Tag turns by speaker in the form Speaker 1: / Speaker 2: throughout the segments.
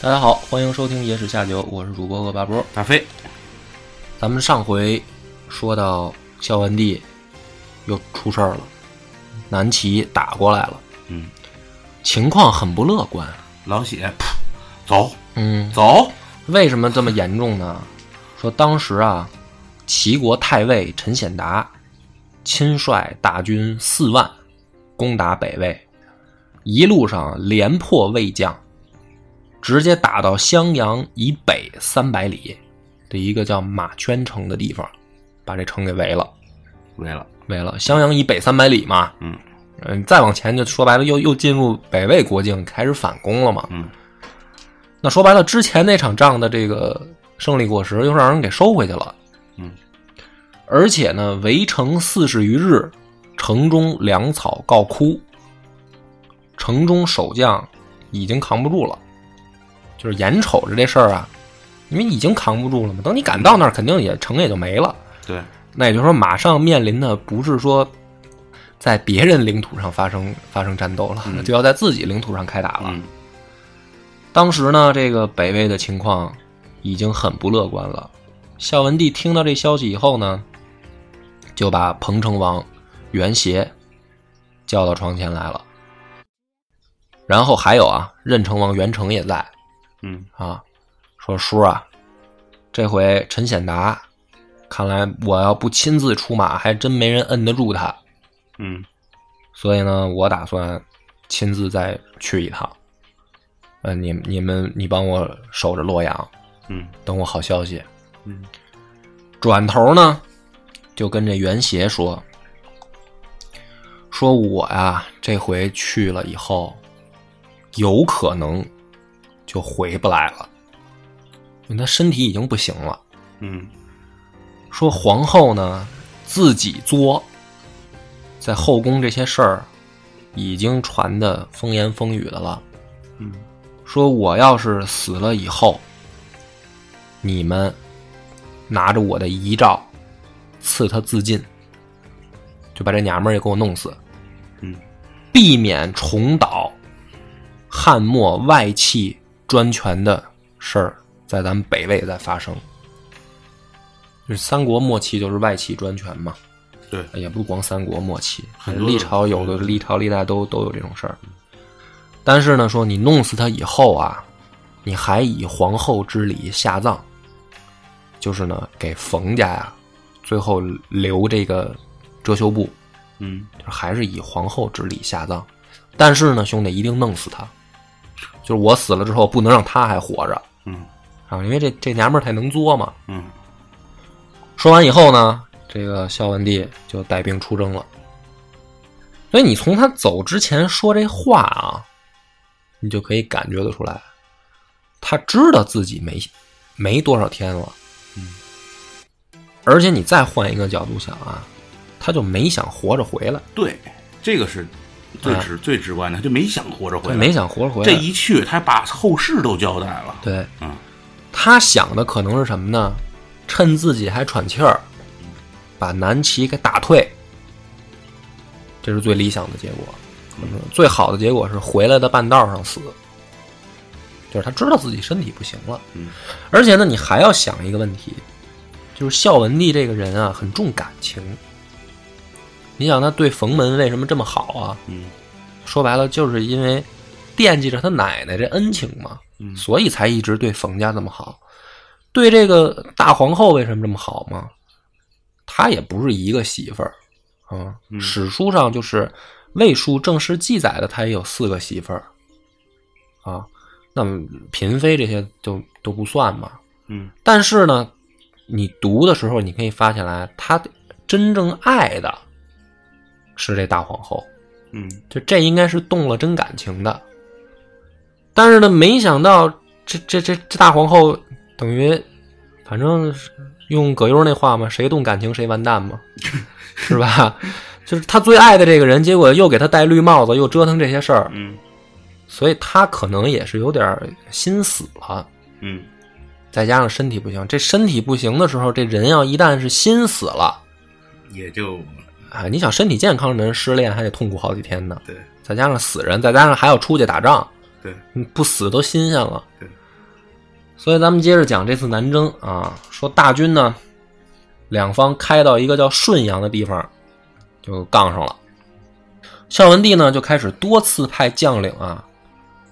Speaker 1: 大家好，欢迎收听《野史下酒》，我是主播恶霸波。
Speaker 2: 大飞，
Speaker 1: 咱们上回说到孝文帝又出事儿了，南齐打过来了，
Speaker 2: 嗯，
Speaker 1: 情况很不乐观。
Speaker 2: 老血，噗走
Speaker 1: 嗯，
Speaker 2: 走，
Speaker 1: 为什么这么严重呢？说当时啊，齐国太尉陈显达亲率大军四万攻打北魏，一路上连破魏将，直接打到襄阳以北三百里的一个叫马圈城的地方，把这城给围了。
Speaker 2: 没了，
Speaker 1: 围了襄阳以北三百里嘛，
Speaker 2: 嗯
Speaker 1: 嗯，再往前就说白了，又又进入北魏国境，开始反攻了嘛。
Speaker 2: 嗯，
Speaker 1: 那说白了，之前那场仗的这个胜利果实又让人给收回去了。
Speaker 2: 嗯，
Speaker 1: 而且呢，围城四十余日，城中粮草告枯，城中守将已经扛不住了。就是眼瞅着这事儿啊，因为已经扛不住了嘛，等你赶到那儿，肯定也城也就没了。
Speaker 2: 对，
Speaker 1: 那也就是说，马上面临的不是说在别人领土上发生发生战斗了，
Speaker 2: 嗯
Speaker 1: 就要在自己领土上开打了。
Speaker 2: 嗯
Speaker 1: 当时呢，这个北魏的情况已经很不乐观了。孝文帝听到这消息以后呢，就把彭城王袁协叫到床前来了。然后还有啊，任城王袁成也在
Speaker 2: 嗯
Speaker 1: 啊，说叔啊，这回陈显达，看来我要不亲自出马，还真没人摁得住他。
Speaker 2: 嗯
Speaker 1: 所以呢，我打算亲自再去一趟。呃，你你们你帮我守着洛阳，
Speaker 2: 嗯
Speaker 1: 等我好消息。
Speaker 2: 嗯
Speaker 1: 转头呢，就跟这袁邪说：“说我呀、这回去了以后，有可能就回不来了，因为他身体已经不行了。
Speaker 2: 嗯
Speaker 1: 说皇后呢自己作，在后宫这些事儿已经传的风言风语的了。
Speaker 2: 嗯
Speaker 1: 说我要是死了以后，你们拿着我的遗诏赐他自尽，就把这娘们儿也给我弄死，
Speaker 2: 嗯
Speaker 1: 避免重蹈汉末外戚专权的事儿在咱们北魏再发生。就是三国末期就是外戚专权嘛，
Speaker 2: 对，
Speaker 1: 也不光三国末期，
Speaker 2: 很多
Speaker 1: 历朝有的历朝历代都都有这种事儿。但是呢，说你弄死他以后啊，你还以皇后之礼下葬，就是呢给冯家呀、最后留这个遮羞布，
Speaker 2: 嗯
Speaker 1: 就是还是以皇后之礼下葬。但是呢，兄弟一定弄死他，就是我死了之后不能让他还活着
Speaker 2: 嗯
Speaker 1: 啊，因为这这娘们儿太能作嘛。
Speaker 2: 嗯
Speaker 1: 说完以后呢，这个孝文帝就带兵出征了。所以你从他走之前说这话啊，你就可以感觉得出来，他知道自己没没多少天了。
Speaker 2: 嗯，
Speaker 1: 而且你再换一个角度想啊，他就没想活着回来，
Speaker 2: 对，这个是最直最直观的，他就没想活着回
Speaker 1: 他
Speaker 2: 来，
Speaker 1: 没想活着回来。
Speaker 2: 这一去，他把后事都交代了，
Speaker 1: 对，
Speaker 2: 嗯
Speaker 1: 他想的可能是什么呢？趁自己还喘气儿，把南齐给打退，这是最理想的结果。嗯最好的结果是回来的半道上死，就是他知道自己身体不行了。
Speaker 2: 嗯
Speaker 1: 而且呢，你还要想一个问题，就是孝文帝这个人啊，很重感情。你想他对冯门为什么这么好啊？
Speaker 2: 嗯
Speaker 1: 说白了，就是因为惦记着他奶奶这恩情嘛。
Speaker 2: 嗯
Speaker 1: 所以才一直对冯家这么好。对这个大皇后为什么这么好吗？她也不是一个媳妇儿啊、
Speaker 2: 嗯
Speaker 1: 史书上就是《魏书》正式记载的，她也有四个媳妇儿啊。那么嫔妃这些就都不算嘛。
Speaker 2: 嗯
Speaker 1: 但是呢，你读的时候你可以发现来，她真正爱的是这大皇后。
Speaker 2: 嗯
Speaker 1: 就这应该是动了真感情的。但是呢，没想到这这这这大皇后等于，反正是用葛优那话嘛，谁动感情谁完蛋嘛，是吧？就是他最爱的这个人，结果又给他戴绿帽子，又折腾这些事儿，
Speaker 2: 嗯
Speaker 1: 所以他可能也是有点儿心死了。
Speaker 2: 嗯
Speaker 1: 再加上身体不行，这身体不行的时候，这人要一旦是心死了
Speaker 2: 也就
Speaker 1: 啊，你想身体健康的人失恋还得痛苦好几天呢。
Speaker 2: 对
Speaker 1: 再加上死人，再加上还要出去打仗，
Speaker 2: 对，
Speaker 1: 你不死都新鲜了
Speaker 2: 对。
Speaker 1: 所以咱们接着讲这次南征啊，说大军呢，两方开到一个叫顺阳的地方，就杠上了。孝文帝呢就开始多次派将领啊，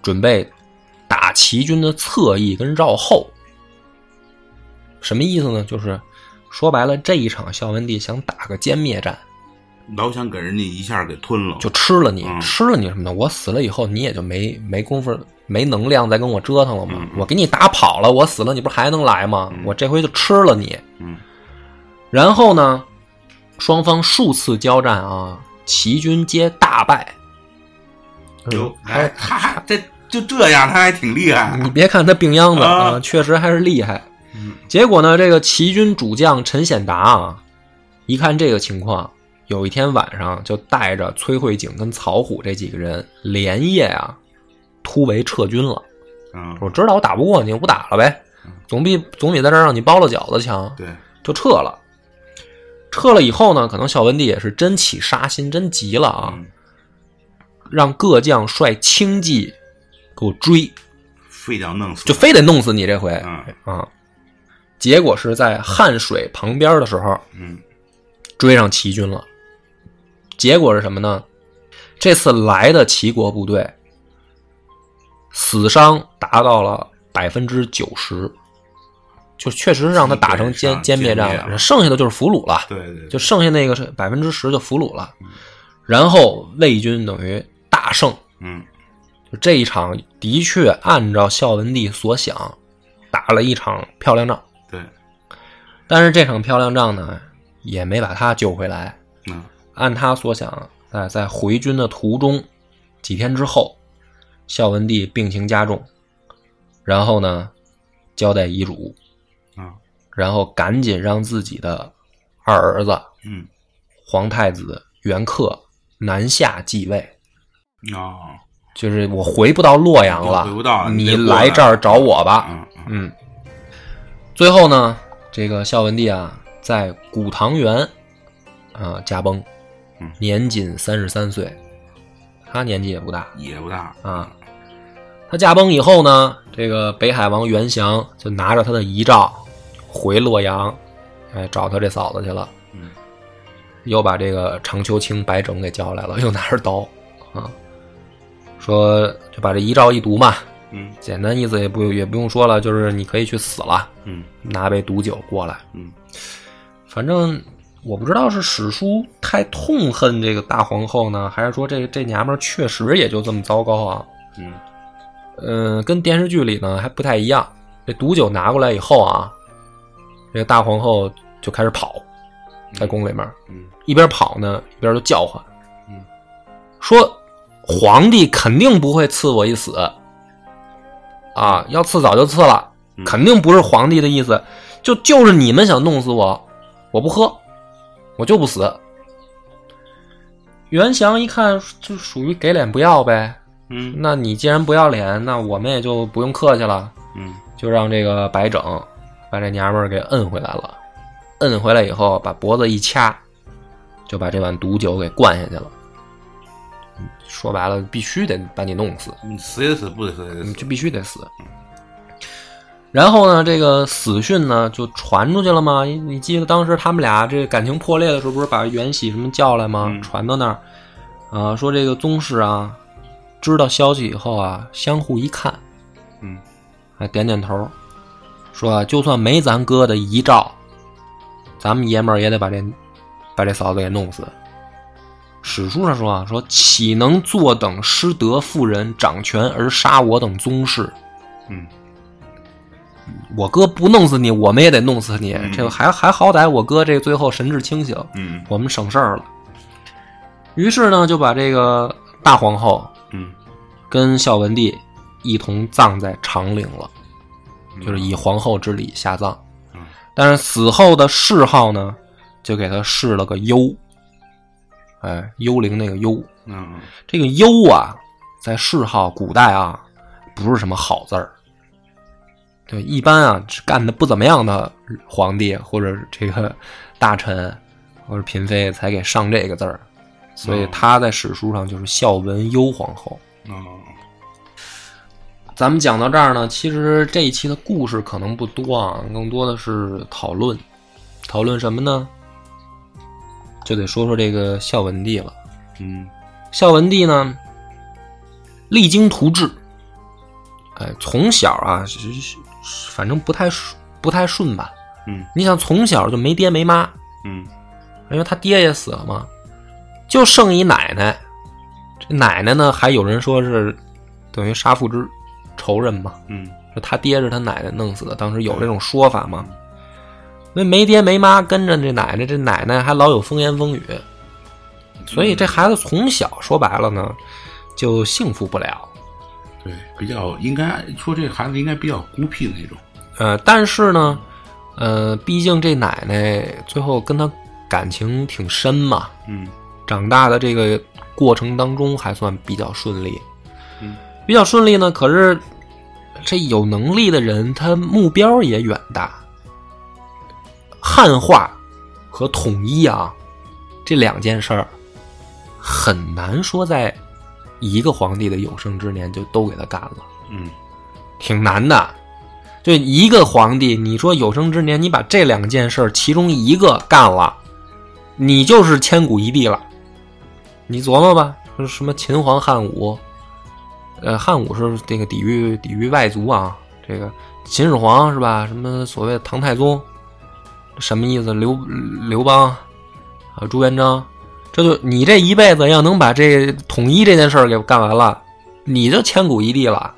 Speaker 1: 准备打齐军的侧翼跟绕后。什么意思呢？就是说白了，这一场孝文帝想打个歼灭战，
Speaker 2: 老想给人家一下给吞了，
Speaker 1: 就吃了你，
Speaker 2: 嗯
Speaker 1: 吃了你什么的，我死了以后，你也就没没功夫、没能量再跟我折腾了嘛。
Speaker 2: 嗯
Speaker 1: 我给你打跑了，我死了，你不是还能来吗？
Speaker 2: 嗯
Speaker 1: 我这回就吃了你。
Speaker 2: 嗯
Speaker 1: 然后呢，双方数次交战啊，齐军皆大败。
Speaker 2: 哟，
Speaker 1: 还嗯
Speaker 2: 还他还哎这就这样，他还挺厉害，
Speaker 1: 你别看他病秧子
Speaker 2: 嗯啊
Speaker 1: 啊，确实还是厉害。
Speaker 2: 嗯
Speaker 1: 结果呢，这个齐军主将陈显达啊，一看这个情况，有一天晚上就带着崔慧景跟曹虎这几个人连夜啊突围撤军了。
Speaker 2: 嗯，
Speaker 1: 我知道我打不过你，我不打了呗，总比总比在这儿让你包了饺子强，
Speaker 2: 对，
Speaker 1: 就撤了。撤了以后呢，可能孝文帝也是真起杀心，真急了啊，
Speaker 2: 嗯，
Speaker 1: 让各将率轻骑给我追，
Speaker 2: 非得要弄死，
Speaker 1: 就非得弄死你这回
Speaker 2: 嗯
Speaker 1: 啊！结果是在汉水旁边的时候
Speaker 2: 嗯
Speaker 1: 追上齐军了。结果是什么呢？这次来的齐国部队死伤达到了百分之九十，就确实让他打成
Speaker 2: 基本
Speaker 1: 歼
Speaker 2: 上
Speaker 1: 歼灭战
Speaker 2: 啊歼灭
Speaker 1: 了，
Speaker 2: 了
Speaker 1: 剩下的就是俘虏了，
Speaker 2: 对对，对
Speaker 1: 就剩下那个是百分之十就俘虏了。然后魏军等于大胜，
Speaker 2: 嗯
Speaker 1: 就这一场的确按照孝文帝所想，打了一场漂亮仗。
Speaker 2: 对，
Speaker 1: 但是这场漂亮仗呢，也没把他救回来。
Speaker 2: 嗯
Speaker 1: 按他所想，在在回军的途中，几天之后，孝文帝病情加重，然后呢，交代遗嘱，
Speaker 2: 啊
Speaker 1: 然后赶紧让自己的二儿子
Speaker 2: 嗯
Speaker 1: 皇太子元恪南下继位。
Speaker 2: 哦，
Speaker 1: 就是我回不到洛阳了，
Speaker 2: 回不到你
Speaker 1: 你
Speaker 2: 得过
Speaker 1: 来这儿找我吧。
Speaker 2: 嗯嗯
Speaker 1: 嗯，最后呢，这个孝文帝啊，在古堂园啊驾崩
Speaker 2: 嗯，
Speaker 1: 年仅三十三岁，他年纪也不大
Speaker 2: 也不大，
Speaker 1: 啊。他驾崩以后呢，这个北海王袁祥就拿着他的遗诏回洛阳，哎，找他这嫂子去了，
Speaker 2: 嗯
Speaker 1: 又把这个常秋卿白整给叫来了，又拿着刀啊，说就把这遗诏一读嘛，
Speaker 2: 嗯
Speaker 1: 简单意思也不也不用说了，就是你可以去死了。
Speaker 2: 嗯
Speaker 1: 拿杯毒酒过来。
Speaker 2: 嗯
Speaker 1: 反正我不知道是史书太痛恨这个大皇后呢，还是说这这娘们儿确实也就这么糟糕啊？
Speaker 2: 嗯
Speaker 1: 嗯、跟电视剧里呢还不太一样。这毒酒拿过来以后啊，这个大皇后就开始跑，在宫里面、
Speaker 2: 嗯
Speaker 1: 一边跑呢一边就叫唤，
Speaker 2: 嗯，
Speaker 1: 说皇帝肯定不会赐我一死，啊，要赐早就赐了，
Speaker 2: 嗯
Speaker 1: 肯定不是皇帝的意思，就就是你们想弄死我，我不喝，我就不死。袁祥一看，就属于给脸不要呗。
Speaker 2: 嗯
Speaker 1: 那你既然不要脸，那我们也就不用客气了，
Speaker 2: 嗯
Speaker 1: 就让这个白整把这娘们儿给摁回来了。摁回来以后，把脖子一掐，就把这碗毒酒给灌下去了。嗯说白了，必须得把你弄死。
Speaker 2: 你死也死，不得死也得
Speaker 1: 你
Speaker 2: 死，
Speaker 1: 嗯就必须得死。然后呢，这个死讯呢就传出去了吗？你你记得当时他们俩这感情破裂的时候，不是把袁喜什么叫来吗？
Speaker 2: 嗯
Speaker 1: 传到那儿，啊、说这个宗室啊，知道消息以后啊，相互一看，
Speaker 2: 嗯
Speaker 1: 还点点头，说啊，就算没咱哥的遗诏，咱们爷们儿也得把这把这嫂子给弄死。史书上说啊，说岂能坐等失德妇人掌权而杀我等宗室？
Speaker 2: 嗯
Speaker 1: 我哥不弄死你，我们也得弄死你。
Speaker 2: 嗯
Speaker 1: 这还还好歹我哥这最后神志清醒，
Speaker 2: 嗯
Speaker 1: 我们省事儿了。于是呢，就把这个大皇后
Speaker 2: 嗯
Speaker 1: 跟孝文帝一同葬在长陵了，
Speaker 2: 嗯
Speaker 1: 就是以皇后之礼下葬。但是死后的谥号呢，就给他谥了个幽，哎，幽灵那个幽。
Speaker 2: 嗯
Speaker 1: 这个幽啊，在谥号古代啊，不是什么好字儿。对，一般啊，干的不怎么样的皇帝或者这个大臣或者嫔妃才给上这个字儿，所以
Speaker 2: 哦
Speaker 1: 他在史书上就是孝文幽皇后。
Speaker 2: 嗯
Speaker 1: 咱们讲到这儿呢，其实这一期的故事可能不多啊，更多的是讨论，讨论什么呢？就得说说这个孝文帝了。
Speaker 2: 嗯
Speaker 1: 孝文帝呢，励精图治，哎，从小啊，是是是反正不太顺不太顺吧。
Speaker 2: 嗯
Speaker 1: 你想，从小就没爹没妈，
Speaker 2: 嗯
Speaker 1: 因为他爹也死了嘛，就剩一奶奶。这奶奶呢，还有人说是等于杀父之仇人嘛，
Speaker 2: 嗯
Speaker 1: 说他爹是他奶奶弄死的，当时有这种说法嘛。那没爹没妈跟着这奶奶，这奶奶还老有风言风语，所以这孩子从小说白了呢，就幸福不了。
Speaker 2: 对，比较应该说这孩子应该比较孤僻的那种。
Speaker 1: 呃，但是呢，呃，毕竟这奶奶最后跟他感情挺深嘛，
Speaker 2: 嗯
Speaker 1: 长大的这个过程当中还算比较顺利，
Speaker 2: 嗯，
Speaker 1: 比较顺利呢。可是这有能力的人，他目标也远大。汉化和统一啊，这两件事儿很难说在一个皇帝的有生之年就都给他干了。
Speaker 2: 嗯
Speaker 1: 挺难的。就一个皇帝，你说有生之年，你把这两件事儿其中一个干了，你就是千古一帝了。你琢磨吧，说什么秦皇汉武，呃，汉武是这个抵御抵御外族啊，这个秦始皇是吧？什么所谓唐太宗，什么意思？刘刘邦啊，朱元璋，这就你这一辈子要能把这统一这件事儿给干完了，你就千古一帝了。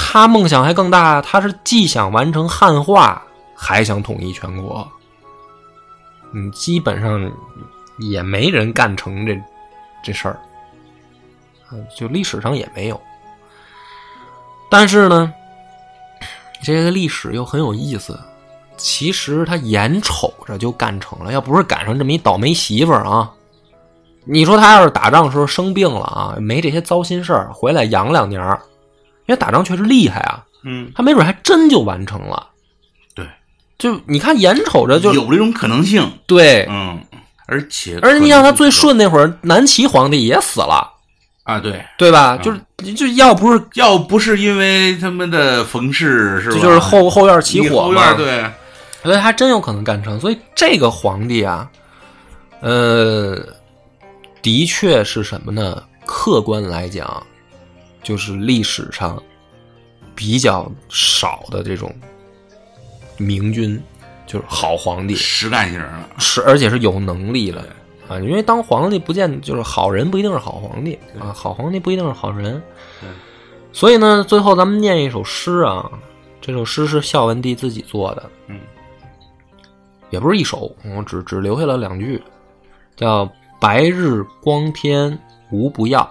Speaker 1: 他梦想还更大，他是既想完成汉化，还想统一全国。嗯，基本上也没人干成这这事儿，嗯，就历史上也没有。但是呢，这个历史又很有意思。其实他眼瞅着就干成了，要不是赶上这么一倒霉媳妇儿啊，你说他要是打仗的时候生病了啊，没这些糟心事儿，回来养两年儿，因为打仗确实厉害啊，
Speaker 2: 嗯，
Speaker 1: 他没准还真就完成了。
Speaker 2: 对，
Speaker 1: 就你看，眼瞅着就
Speaker 2: 有这种可能性。
Speaker 1: 对，
Speaker 2: 嗯，而且
Speaker 1: 而且你
Speaker 2: 可能
Speaker 1: 想他最
Speaker 2: 是
Speaker 1: 顺那会儿，南齐皇帝也死了，
Speaker 2: 啊，对，
Speaker 1: 对吧？
Speaker 2: 嗯
Speaker 1: 就是就就要不是
Speaker 2: 要不是因为他们的冯氏是
Speaker 1: 这
Speaker 2: 吧？
Speaker 1: 就是后后院起
Speaker 2: 一
Speaker 1: 火
Speaker 2: 后
Speaker 1: 嘛
Speaker 2: 院，对，
Speaker 1: 所以他真有可能干成。所以这个皇帝啊，呃，的确是什么呢？客观来讲，就是历史上比较少的这种明君，就是好皇帝，
Speaker 2: 实干型的，
Speaker 1: 是而且是有能力的啊。因为当皇帝不见就是好人，不一定是好皇帝啊，好皇帝不一定是好人
Speaker 2: 对。
Speaker 1: 所以呢，最后咱们念一首诗啊，这首诗是孝文帝自己做的，
Speaker 2: 嗯
Speaker 1: 也不是一首，我只只留下了两句，叫“白日光天无不耀，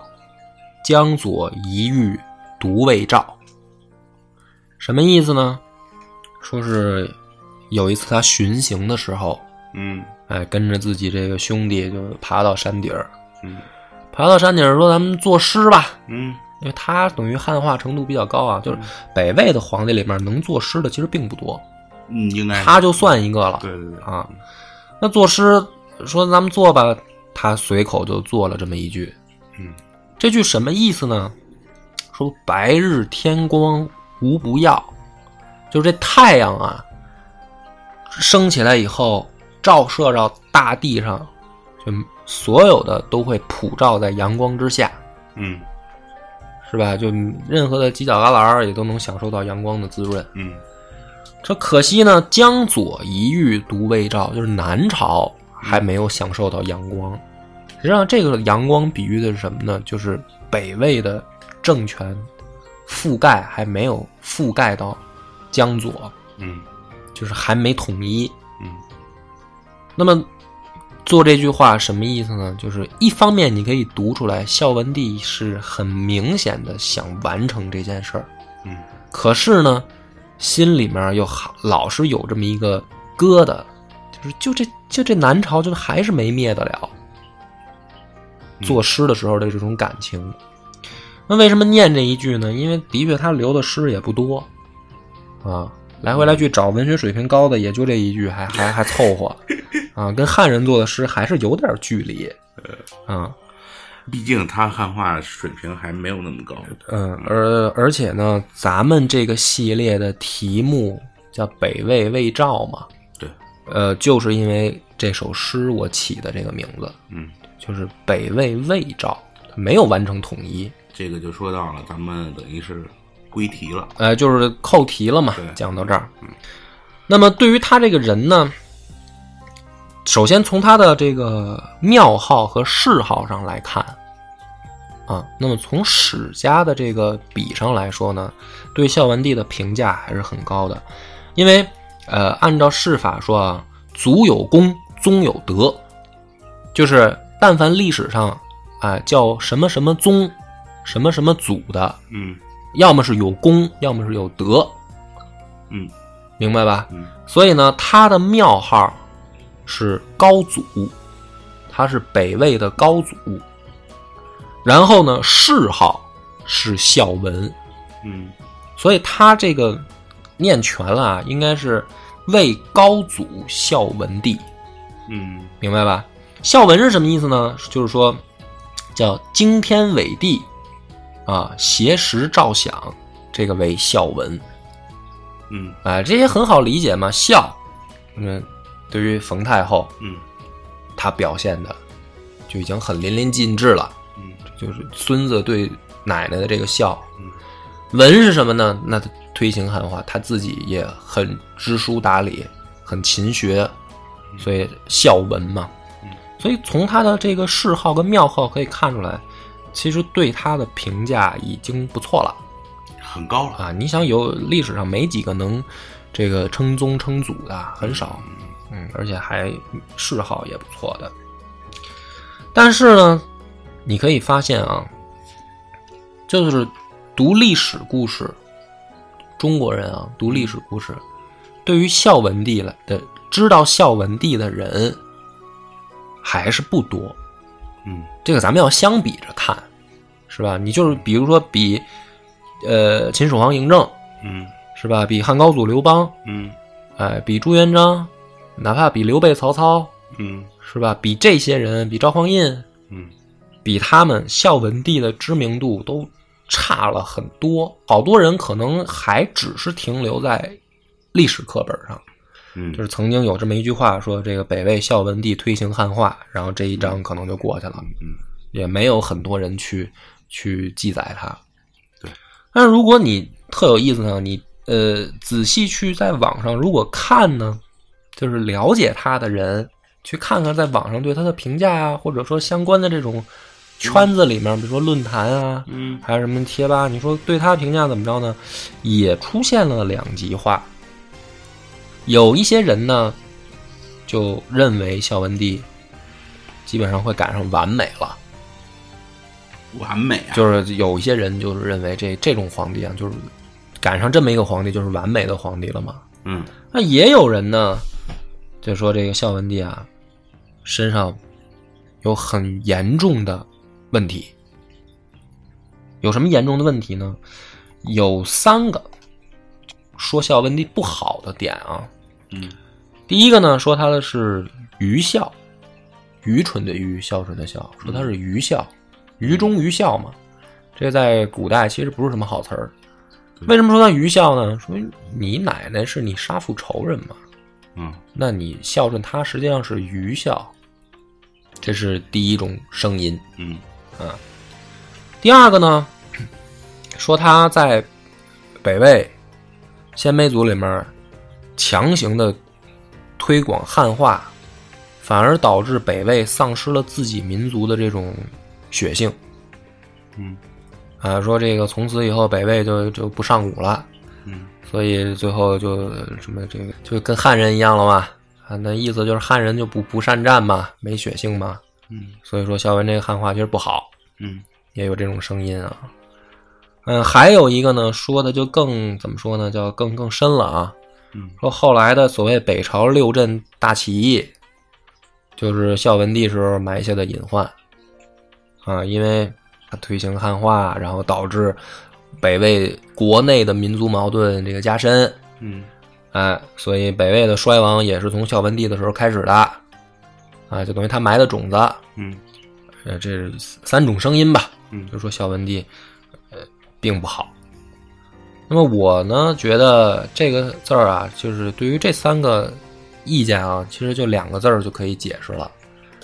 Speaker 1: 江左一隅独未照”。什么意思呢？说是有一次他巡行的时候，
Speaker 2: 嗯
Speaker 1: 哎，跟着自己这个兄弟就爬到山顶儿，
Speaker 2: 嗯
Speaker 1: 爬到山顶儿说：“咱们作诗吧。”
Speaker 2: 嗯
Speaker 1: 因为他等于汉化程度比较高啊，就是北魏的皇帝里面能作诗的其实并不多，
Speaker 2: 嗯，应该是
Speaker 1: 他就算一个了。
Speaker 2: 对对对，
Speaker 1: 啊，那作诗说咱们做吧，他随口就做了这么一句，
Speaker 2: 嗯
Speaker 1: 这句什么意思呢？说白日天光无不耀，就是这太阳啊，升起来以后照射到大地上，就所有的都会普照在阳光之下，
Speaker 2: 嗯
Speaker 1: 是吧？就任何的犄角旮旯儿也都能享受到阳光的滋润。
Speaker 2: 嗯
Speaker 1: 这可惜呢，江左一隅独未照，就是南朝还没有享受到阳光。实际上，这个阳光比喻的是什么呢？就是北魏的政权覆盖还没有覆盖到江左，
Speaker 2: 嗯
Speaker 1: 就是还没统一。
Speaker 2: 嗯
Speaker 1: 那么做这句话什么意思呢？就是一方面你可以读出来，孝文帝是很明显的想完成这件事儿，
Speaker 2: 嗯，
Speaker 1: 可是呢，心里面又好老是有这么一个疙瘩，就是就这就这南朝就还是没灭得了。
Speaker 2: 嗯
Speaker 1: 作诗的时候的这种感情，那为什么念这一句呢？因为的确他留的诗也不多，啊，来回来去找文学水平高的也就这一句，还还还凑合，啊，跟汉人做的诗还是有点距离，啊，
Speaker 2: 毕竟他汉化水平还没有那么高。
Speaker 1: 嗯，而而且呢，咱们这个系列的题目叫北魏魏赵嘛，
Speaker 2: 对，
Speaker 1: 呃，就是因为这首诗我起的这个名字，
Speaker 2: 嗯，
Speaker 1: 就是北魏魏赵，没有完成统一，
Speaker 2: 这个就说到了，咱们等于是归题了。
Speaker 1: 呃，就是扣题了嘛
Speaker 2: 对。
Speaker 1: 讲到这儿，那么对于他这个人呢，首先从他的这个庙号和谥号上来看，啊，那么从史家的这个笔上来说呢，对孝文帝的评价还是很高的，因为呃，按照世法说啊，祖有功，宗有德，就是但凡历史上啊、叫什么什么宗、什么什么祖的，
Speaker 2: 嗯
Speaker 1: 要么是有功，要么是有德，
Speaker 2: 嗯
Speaker 1: 明白吧？
Speaker 2: 嗯
Speaker 1: 所以呢，他的庙号是高祖，他是北魏的高祖。然后呢，谥号是孝文，
Speaker 2: 嗯
Speaker 1: 所以他这个念全了啊，应该是魏高祖孝文帝，
Speaker 2: 嗯
Speaker 1: 明白吧？孝文是什么意思呢？就是说叫惊天伟地啊，挟时照响，这个为孝文。
Speaker 2: 嗯
Speaker 1: 啊，这也很好理解嘛。孝，嗯，对于冯太后，
Speaker 2: 嗯
Speaker 1: 她表现的就已经很淋漓尽致了，
Speaker 2: 嗯
Speaker 1: 就是孙子对奶奶的这个孝。
Speaker 2: 嗯
Speaker 1: 文是什么呢？那他推行汉化，他自己也很知书达理，很勤学，所以孝文嘛
Speaker 2: 嗯。
Speaker 1: 所以从他的这个谥号跟庙号可以看出来，其实对他的评价已经不错了。
Speaker 2: 很高了。
Speaker 1: 啊，你想有历史上没几个能这个称宗称祖的，很少，嗯，而且还谥号也不错的。但是呢，你可以发现啊，就是读历史故事，中国人啊，读历史故事，对于孝文帝来的知道孝文帝的人还是不多，
Speaker 2: 嗯
Speaker 1: 这个咱们要相比着看，是吧？你就是比如说比，呃，秦始皇嬴政
Speaker 2: 嗯
Speaker 1: 是吧？比汉高祖刘邦，
Speaker 2: 嗯
Speaker 1: 哎、比朱元璋，哪怕比刘备曹操，
Speaker 2: 嗯
Speaker 1: 是吧？比这些人，比赵匡胤，
Speaker 2: 嗯
Speaker 1: 比他们孝文帝的知名度都差了很多。好多人可能还只是停留在历史课本上，
Speaker 2: 嗯，
Speaker 1: 就是是曾经有这么一句话说，这个北魏孝文帝推行汉化，然后这一章可能就过去了。
Speaker 2: 嗯
Speaker 1: 也没有很多人去去记载它。
Speaker 2: 对，
Speaker 1: 但是如果你特有意思呢，你呃仔细去在网上如果看呢，就是了解他的人去看看在网上对他的评价啊，或者说相关的这种圈子里面，比如说论坛啊，
Speaker 2: 嗯
Speaker 1: 还有什么贴吧，你说对他评价怎么着呢？也出现了两极化。有一些人呢，就认为孝文帝基本上会赶上完美了，
Speaker 2: 完美啊。
Speaker 1: 就是有一些人就是认为这这种皇帝啊，就是赶上这么一个皇帝就是完美的皇帝了嘛。
Speaker 2: 嗯
Speaker 1: 那也有人呢，就说这个孝文帝啊，身上有很严重的问题。有什么严重的问题呢？有三个说孝文帝不好的点啊。
Speaker 2: 嗯
Speaker 1: 第一个呢，说他的是愚孝，愚蠢的愚，孝顺的孝，说他是愚孝，愚忠愚孝嘛。这在古代其实不是什么好词儿。
Speaker 2: 对
Speaker 1: 为什么说他愚孝呢？说你奶奶是你杀父仇人嘛，
Speaker 2: 嗯
Speaker 1: 那你孝顺他实际上是愚孝，这是第一种声音。
Speaker 2: 嗯
Speaker 1: 第二个呢，说他在北魏鲜卑族里面强行的推广汉化，反而导致北魏丧失了自己民族的这种血性
Speaker 2: 嗯
Speaker 1: 啊。说这个从此以后北魏就就不上武了，
Speaker 2: 嗯
Speaker 1: 所以最后就什么这个就跟汉人一样了嘛。啊，那意思就是汉人就不不善战嘛，没血性嘛，
Speaker 2: 嗯
Speaker 1: 所以说萧文这个汉化其实不好，
Speaker 2: 嗯
Speaker 1: 也有这种声音啊。嗯，还有一个呢，说的就更怎么说呢，叫更更深了啊。
Speaker 2: 嗯
Speaker 1: 说后来的所谓北朝六镇大起义，就是孝文帝时候埋下的隐患啊，因为他推行汉化，然后导致北魏国内的民族矛盾这个加深，
Speaker 2: 嗯
Speaker 1: 哎，所以北魏的衰亡也是从孝文帝的时候开始的，啊，就等于他埋的种子，
Speaker 2: 嗯
Speaker 1: 呃，这是三种声音吧，
Speaker 2: 嗯
Speaker 1: 就说孝文帝，呃，并不好。那么我呢，觉得这个字儿啊，就是对于这三个意见啊，其实就两个字儿就可以解释了，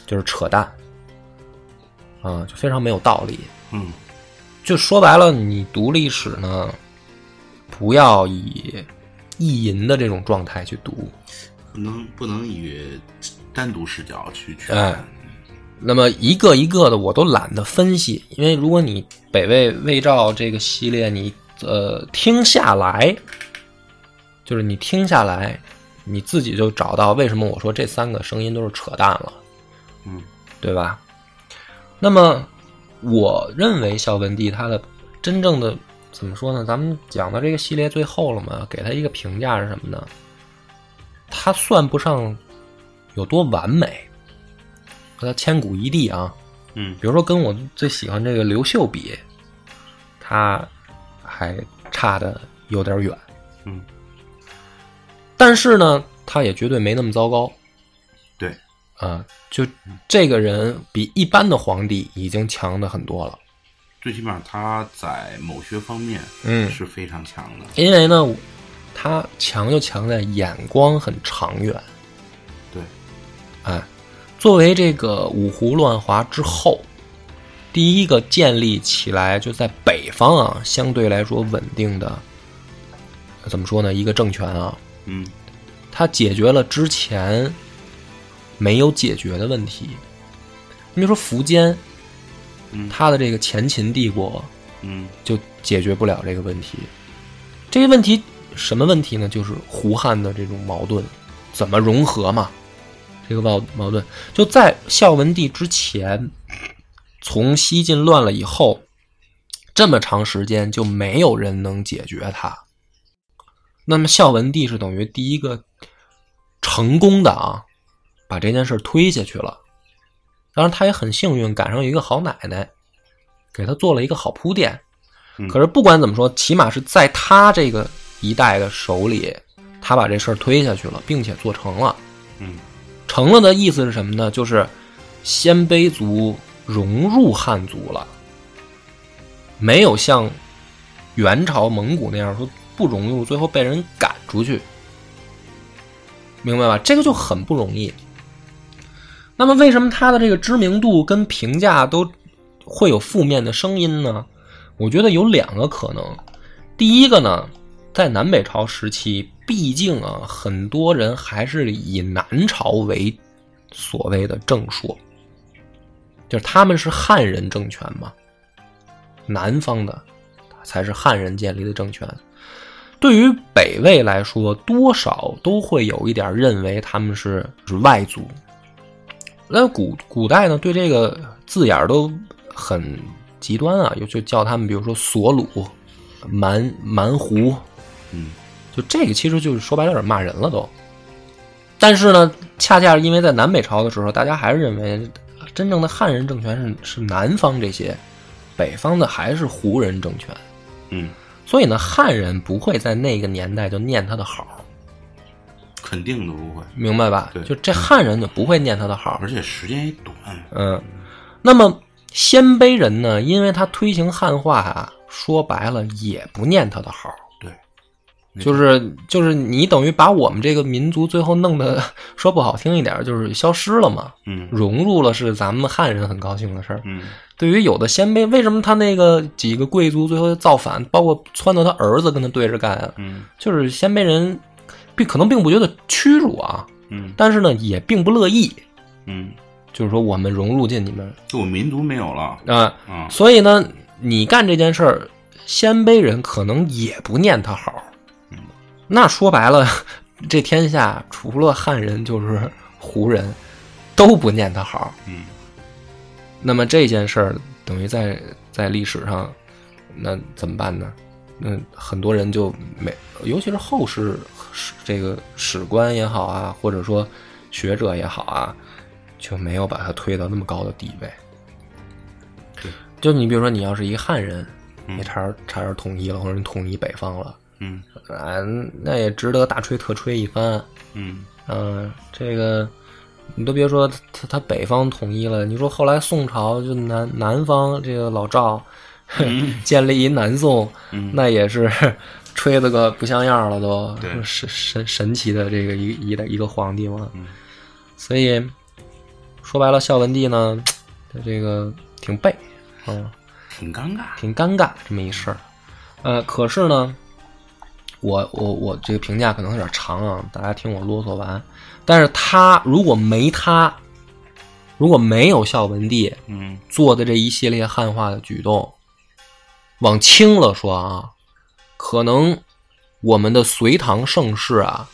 Speaker 1: 就是扯淡，啊，就非常没有道理。
Speaker 2: 嗯
Speaker 1: 就说白了，你读历史呢，不要以意淫的这种状态去读，
Speaker 2: 不能不能以单独视角去去
Speaker 1: 哎
Speaker 2: 看，
Speaker 1: 那么一个一个的我都懒得分析，因为如果你北魏魏赵这个系列你呃听下来，就是你听下来，你自己就找到为什么我说这三个声音都是扯淡了，
Speaker 2: 嗯
Speaker 1: 对吧？那么我认为孝文帝他的真正的怎么说呢？咱们讲到这个系列最后了嘛，给他一个评价是什么呢？他算不上有多完美，和他千古一帝啊。
Speaker 2: 嗯
Speaker 1: 比如说跟我最喜欢这个刘秀比，他还差的有点远，
Speaker 2: 嗯，
Speaker 1: 但是呢，他也绝对没那么糟糕
Speaker 2: 对，
Speaker 1: 啊。就这个人比一般的皇帝已经强的很多了。
Speaker 2: 最起码他在某些方面
Speaker 1: 嗯
Speaker 2: 是非常强的，
Speaker 1: 因为呢，他强就强在眼光很长远。
Speaker 2: 对，
Speaker 1: 哎，作为这个五胡乱华之后，第一个建立起来就在北方啊，相对来说稳定的，怎么说呢？一个政权啊，
Speaker 2: 嗯
Speaker 1: 它解决了之前没有解决的问题。你比如说苻坚，
Speaker 2: 嗯
Speaker 1: 他的这个前秦帝国，
Speaker 2: 嗯
Speaker 1: 就解决不了这个问题。这些问题什么问题呢？就是胡汉的这种矛盾怎么融合嘛？这个矛矛盾就在孝文帝之前，从西晋乱了以后，这么长时间就没有人能解决它。那么孝文帝是等于第一个成功的啊，把这件事儿推下去了。当然，他也很幸运，赶上有一个好奶奶，给他做了一个好铺垫。
Speaker 2: 嗯
Speaker 1: 可是不管怎么说，起码是在他这个一代的手里，他把这事儿推下去了，并且做成了。
Speaker 2: 嗯
Speaker 1: 成了的意思是什么呢？就是鲜卑族融入汉族了，没有像元朝蒙古那样说不融入，最后被人赶出去，明白吧？这个就很不容易。那么，为什么他的这个知名度跟评价都会有负面的声音呢？我觉得有两个可能。第一个呢，在南北朝时期，毕竟啊，很多人还是以南朝为所谓的正说，就是他们是汉人政权嘛，南方的才是汉人建立的政权。对于北魏来说，多少都会有一点认为他们是是外族。那古古代呢，对这个字眼儿都很极端啊，就就叫他们，比如说索鲁、蛮蛮胡，
Speaker 2: 嗯
Speaker 1: 就这个其实就是说白了有点骂人了都。但是呢，恰恰因为在南北朝的时候，大家还是认为真正的汉人政权是是南方这些，北方的还是胡人政权，
Speaker 2: 嗯，
Speaker 1: 所以呢，汉人不会在那个年代就念他的好，
Speaker 2: 肯定的不会，
Speaker 1: 明白吧
Speaker 2: 对？
Speaker 1: 就这汉人就不会念他的好
Speaker 2: 而，且时间也短，
Speaker 1: 嗯，那么鲜卑人呢，因为他推行汉化啊，说白了也不念他的好，
Speaker 2: 对，
Speaker 1: 就是就是你等于把我们这个民族最后弄得说不好听一点儿，就是消失了嘛，
Speaker 2: 嗯
Speaker 1: 融入了是咱们汉人很高兴的事儿。
Speaker 2: 嗯
Speaker 1: 对于有的鲜卑，为什么他那个几个贵族最后造反，包括撺掇他儿子跟他对着干啊？
Speaker 2: 嗯
Speaker 1: 就是鲜卑人并可能并不觉得屈辱啊，
Speaker 2: 嗯
Speaker 1: 但是呢也并不乐意，
Speaker 2: 嗯，
Speaker 1: 就是说我们融入进你们
Speaker 2: 就我民族没有了
Speaker 1: 啊、
Speaker 2: 啊，
Speaker 1: 所以呢，你干这件事儿，鲜卑人可能也不念他好
Speaker 2: 嗯。
Speaker 1: 那说白了， 这天下除了汉人就是胡人，都不念他好。
Speaker 2: 嗯，
Speaker 1: 那么这件事儿等于在在历史上，那怎么办呢？那很多人就没，尤其是后世史这个史官也好啊，或者说学者也好啊，就没有把他推到那么高的地位。
Speaker 2: 对，
Speaker 1: 就你比如说，你要是一汉人，
Speaker 2: 嗯
Speaker 1: 你差点差点统一了，或者你统一北方了，
Speaker 2: 嗯
Speaker 1: 啊，那也值得大吹特吹一番。
Speaker 2: 嗯
Speaker 1: 嗯，这个你都别说他他他北方统一了，你说后来宋朝就南南方这个老赵、 建立一南宋，
Speaker 2: 嗯
Speaker 1: 那也是吹的个不像样了都，
Speaker 2: 对
Speaker 1: 神神神奇的这个一一个一个皇帝嘛，
Speaker 2: 嗯
Speaker 1: 所以说白了，孝文帝呢，他这个挺背，嗯，
Speaker 2: 挺尴尬。
Speaker 1: 挺尴尬这么一事儿。呃，可是呢，我我我这个评价可能有点长啊，大家听我啰嗦完。但是他如果没他，如果没有孝文帝
Speaker 2: 嗯
Speaker 1: 做的这一系列汉化的举动，往轻了说啊，可能我们的隋唐盛世啊，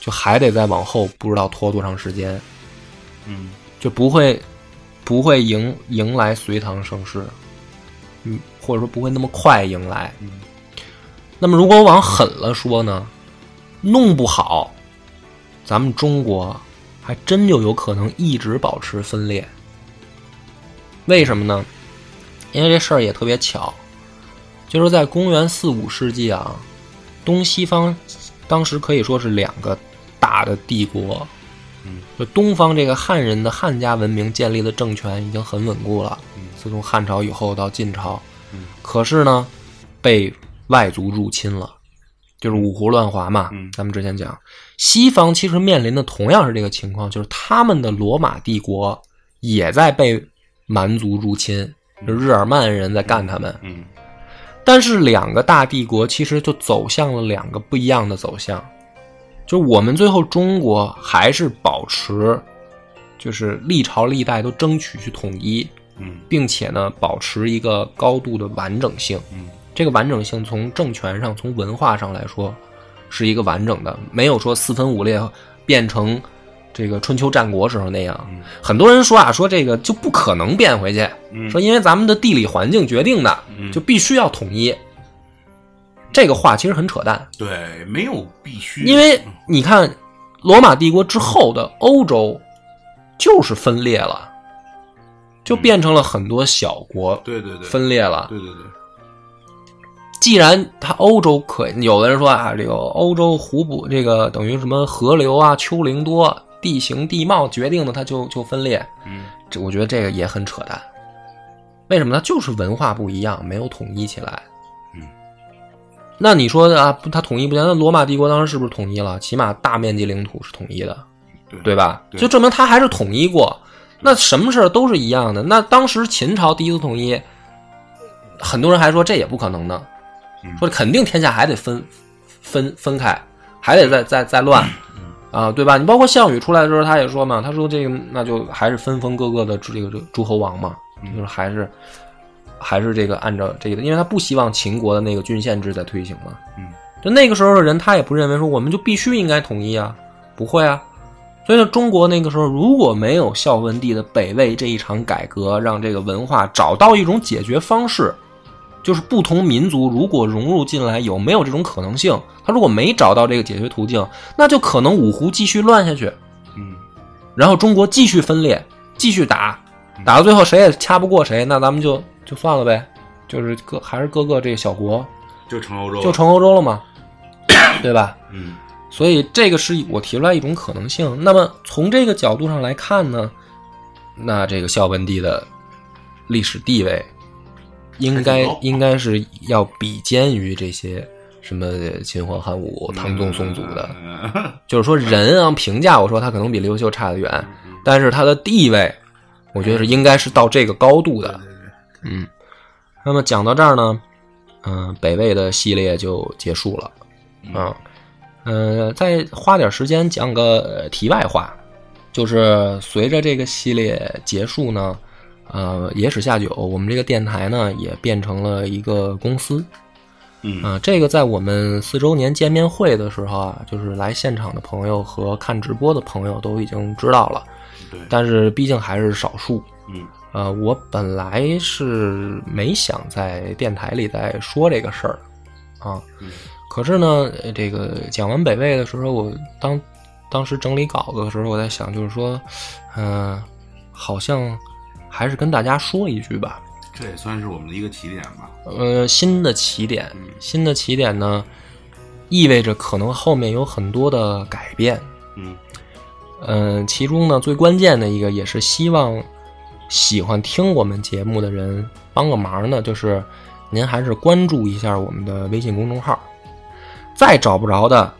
Speaker 1: 就还得再往后不知道拖多长时间，
Speaker 2: 嗯
Speaker 1: 就不会不会迎迎来隋唐盛世，嗯，或者说不会那么快迎来。
Speaker 2: 嗯
Speaker 1: 那么如果往狠了说呢，弄不好，咱们中国还真就有可能一直保持分裂。为什么呢？因为这事儿也特别巧，就是在公元四五世纪啊，东西方当时可以说是两个大的帝国。
Speaker 2: 嗯，
Speaker 1: 就东方这个汉人的汉家文明建立的政权已经很稳固了。
Speaker 2: 嗯
Speaker 1: 自从汉朝以后到晋朝，
Speaker 2: 嗯
Speaker 1: 可是呢，被外族入侵了，就是五胡乱华嘛。
Speaker 2: 嗯
Speaker 1: 咱们之前讲，西方其实面临的同样是这个情况，就是他们的罗马帝国也在被蛮族入侵，就是日耳曼人在干他们。
Speaker 2: 嗯
Speaker 1: 但是两个大帝国其实就走向了两个不一样的走向，就我们最后中国还是保持，就是历朝历代都争取去统一，
Speaker 2: 嗯
Speaker 1: 并且呢保持一个高度的完整性。
Speaker 2: 嗯
Speaker 1: 这个完整性从政权上、从文化上来说，是一个完整的，没有说四分五裂变成这个春秋战国时候那样。
Speaker 2: 嗯
Speaker 1: 很多人说啊，说这个就不可能变回去，
Speaker 2: 嗯
Speaker 1: 说因为咱们的地理环境决定的，
Speaker 2: 嗯
Speaker 1: 就必须要统一。这个话其实很扯淡，
Speaker 2: 对，没有必须，
Speaker 1: 因为你看罗马帝国之后的欧洲就是分裂了，就变成了很多小国
Speaker 2: 对对对，
Speaker 1: 分裂了。
Speaker 2: 对对对，
Speaker 1: 既然它欧洲可，有的人说啊，这个欧洲湖泊这个等于什么河流啊、丘陵多、地形地貌决定的，它就就分裂。
Speaker 2: 嗯
Speaker 1: 这我觉得这个也很扯淡。为什么呢？就是文化不一样，没有统一起来。
Speaker 2: 嗯，
Speaker 1: 那你说的啊，不它统一不行？那罗马帝国当时是不是统一了？起码大面积领土是统一的，
Speaker 2: 对
Speaker 1: 对吧？
Speaker 2: 对
Speaker 1: 就证明它还是统一过。那什么事儿都是一样的。那当时秦朝第一次统一，很多人还说这也不可能呢，
Speaker 2: 嗯
Speaker 1: 说肯定天下还得分分分开，还得再再再乱。
Speaker 2: 嗯
Speaker 1: 啊，对吧？你包括项羽出来的时候，他也说嘛，他说这个那就还是分封各个的这个这个诸侯王嘛，
Speaker 2: 嗯
Speaker 1: 就是还是还是这个按照这个，因为他不希望秦国的那个郡县制在推行嘛。
Speaker 2: 嗯，
Speaker 1: 就那个时候的人，他也不认为说我们就必须应该统一啊，不会啊。所以呢，中国那个时候如果没有孝文帝的北魏这一场改革，让这个文化找到一种解决方式，就是不同民族如果融入进来，有没有这种可能性？他如果没找到这个解决途径，那就可能五胡继续乱下去，
Speaker 2: 嗯
Speaker 1: 然后中国继续分裂，继续打，打到最后谁也掐不过谁，那咱们就就算了呗，就是各还是各个这个小国
Speaker 2: 就成欧洲了，
Speaker 1: 就成欧洲了嘛，对吧？
Speaker 2: 嗯
Speaker 1: 所以这个是我提出来一种可能性。那么从这个角度上来看呢，那这个孝文帝的历史地位应该
Speaker 2: 还挺高
Speaker 1: 应该是要比肩于这些什么秦皇汉武、唐宋宋祖的。
Speaker 2: 嗯
Speaker 1: 就是说人啊，评价我说他可能比刘秀差得远，
Speaker 2: 嗯
Speaker 1: 但是他的地位，我觉得是应该是到这个高度的。嗯，那么讲到这儿呢，嗯、北魏的系列就结束了啊。呃，再花点时间讲个呃题外话，就是随着这个系列结束呢，呃，野史下酒，我们这个电台呢也变成了一个公司，
Speaker 2: 嗯
Speaker 1: 啊，这个在我们四周年见面会的时候啊，就是来现场的朋友和看直播的朋友都已经知道了，
Speaker 2: 对，
Speaker 1: 但是毕竟还是少数。
Speaker 2: 嗯
Speaker 1: 呃，我本来是没想在电台里再说这个事儿的啊，
Speaker 2: 嗯
Speaker 1: 可是呢，呃这个讲完北魏的时候，我当当时整理稿子的时候，我在想，就是说，嗯、好像还是跟大家说一句吧，
Speaker 2: 这也算是我们的一个起点吧。
Speaker 1: 呃，新的起点
Speaker 2: 嗯，
Speaker 1: 新的起点呢，意味着可能后面有很多的改变。
Speaker 2: 嗯
Speaker 1: 嗯、其中呢，最关键的一个也是希望喜欢听我们节目的人帮个忙呢，就是您还是关注一下我们的微信公众号。再找不着的，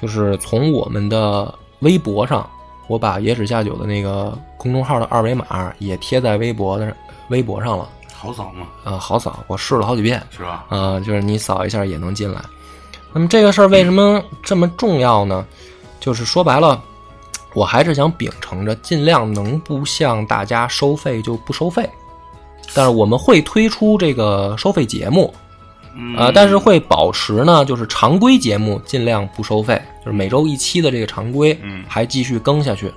Speaker 1: 就是从我们的微博上，我把野史下酒的那个公众号的二维码也贴在微博的微博上了。
Speaker 2: 好扫嘛，
Speaker 1: 啊、好扫，我试了好几遍，
Speaker 2: 是吧？
Speaker 1: 啊，就是你扫一下也能进来。那么这个事儿为什么这么重要呢？就是说白了，我还是想秉承着尽量能不向大家收费就不收费，但是我们会推出这个收费节目，
Speaker 2: 嗯
Speaker 1: 呃，但是会保持呢，就是常规节目尽量不收费，就是每周一期的这个常规，
Speaker 2: 嗯
Speaker 1: 还继续更下去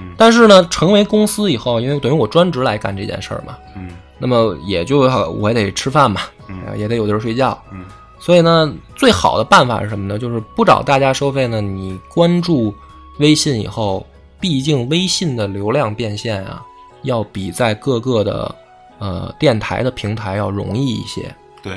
Speaker 2: 嗯。
Speaker 1: 但是呢，成为公司以后，因为等于我专职来干这件事儿嘛，
Speaker 2: 嗯
Speaker 1: 那么也就要我也得吃饭嘛，
Speaker 2: 嗯
Speaker 1: 也得有地儿睡觉，
Speaker 2: 嗯
Speaker 1: 所以呢，最好的办法是什么呢？就是不找大家收费呢，你关注微信以后，毕竟微信的流量变现啊，要比在各个的呃电台的平台要容易一些
Speaker 2: 对，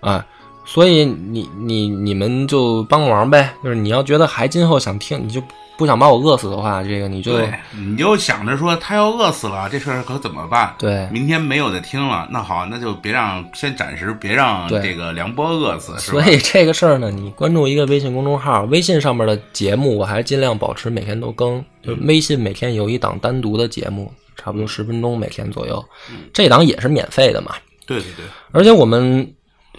Speaker 1: 啊。所以你你你们就帮个忙呗，就是你要觉得还今后想听，你就不想把我饿死的话，这个你就
Speaker 2: 对，你就想着说他要饿死了，这事儿可怎么办？
Speaker 1: 对
Speaker 2: 明天没有的听了，那好，那就别让先暂时别让
Speaker 1: 对
Speaker 2: 这个梁波饿死，是
Speaker 1: 所
Speaker 2: 吧？
Speaker 1: 以这个事儿呢，你关注一个微信公众号，微信上面的节目我还尽量保持每天都更，就是微信每天有一档单独的节目，差不多十分钟每天左右
Speaker 2: 嗯，
Speaker 1: 这档也是免费的嘛。
Speaker 2: 对对对，
Speaker 1: 而且我们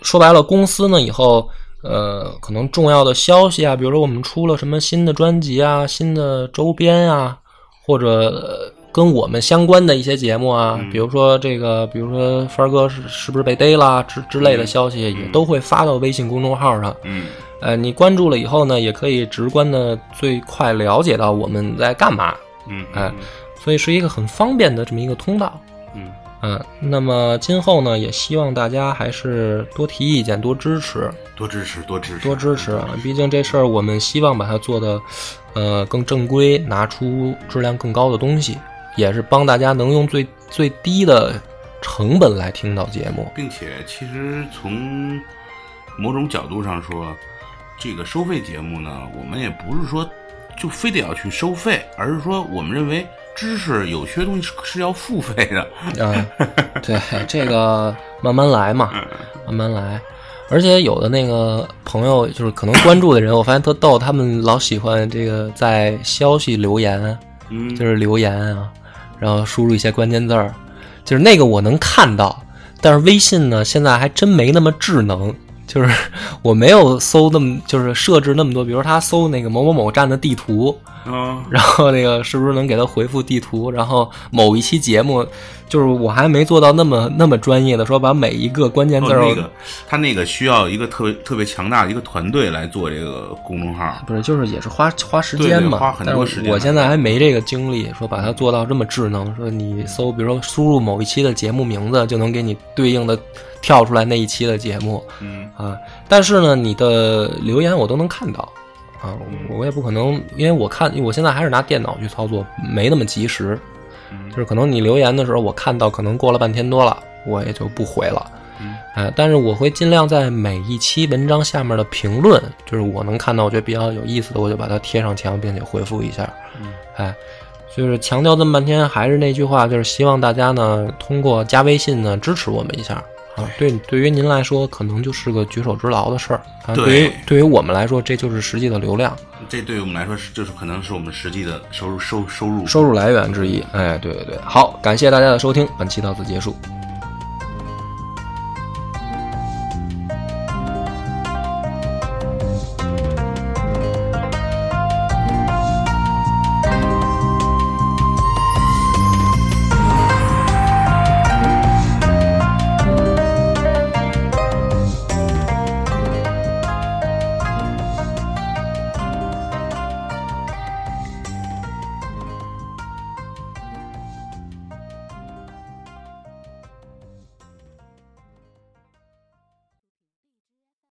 Speaker 1: 说白了，公司呢以后，呃，可能重要的消息啊，比如说我们出了什么新的专辑啊、新的周边啊，或者、呃跟我们相关的一些节目啊，
Speaker 2: 嗯
Speaker 1: 比如说这个，比如说帆儿哥是是不是被逮啦之之类的消息，也都会发到微信公众号上。
Speaker 2: 嗯
Speaker 1: 呃，你关注了以后呢，也可以直观的最快了解到我们在干嘛，
Speaker 2: 嗯
Speaker 1: 哎所以是一个很方便的这么一个通道。
Speaker 2: 嗯
Speaker 1: 嗯，那么今后呢，也希望大家还是多提意见、多支持、
Speaker 2: 嗯，多支持多支持
Speaker 1: 多支持啊！毕竟这事儿我们希望把它做的，呃，更正规，拿出质量更高的东西，也是帮大家能用最最低的成本来听到节目。
Speaker 2: 并且其实从某种角度上说，这个收费节目呢，我们也不是说就非得要去收费，而是说我们认为知识有些东西是是要付费的。
Speaker 1: 啊，对，这个慢慢来嘛，慢慢来。而且有的那个朋友，就是可能关注的人，我发现特逗，他们老喜欢这个在消息留言，
Speaker 2: 嗯，
Speaker 1: 就是留言啊，然后输入一些关键字儿，就是那个我能看到，但是微信呢现在还真没那么智能，就是 我没有搜那么就是设置那么多，比如他搜那个某某某站的地图，
Speaker 2: 嗯
Speaker 1: 然后 那个是不是能给他回复地图？然后某一期节目，就是我还没做到那么那么专业的，说把每一个关键
Speaker 2: 哦，
Speaker 1: 字儿、
Speaker 2: 那个他那个需要一个特别特别强大的一个团队来做这个公众号。
Speaker 1: 不是，就是也是花花时间嘛，
Speaker 2: 对对花很多
Speaker 1: 但是
Speaker 2: 时间
Speaker 1: 我现在还没这个精力，说把它做到这么智能。说你搜，比如说输入某一期的节目名字，就能给你对应的跳出来那一期的节目
Speaker 2: 嗯
Speaker 1: 啊。但是呢，你的留言我都能看到啊，
Speaker 2: 嗯
Speaker 1: 我我也不可能，因为我看我现在还是拿电脑去操作，没那么及时。
Speaker 2: 嗯
Speaker 1: 就是可能你留言的时候，我看到可能过了半天多了，我也就不回了。
Speaker 2: 嗯
Speaker 1: 呃，但是我会尽量在每一期文章下面的评论，就是我能看到我觉得比较有意思的，我就把它贴上墙，并且回复一下。
Speaker 2: 嗯
Speaker 1: 哎，就是强调这么半天，还是那句话，就是希望大家呢通过加微信呢支持我们一下。啊，对，对于您来说，可能就是个举手之劳的事儿啊。
Speaker 2: 对
Speaker 1: 对于对于我们来说，这就是实际的流量
Speaker 2: 这对于我们来说是就是可能是我们实际的收入收收入
Speaker 1: 收入来源之一。哎，对对对，好，感谢大家的收听，本期到此结束。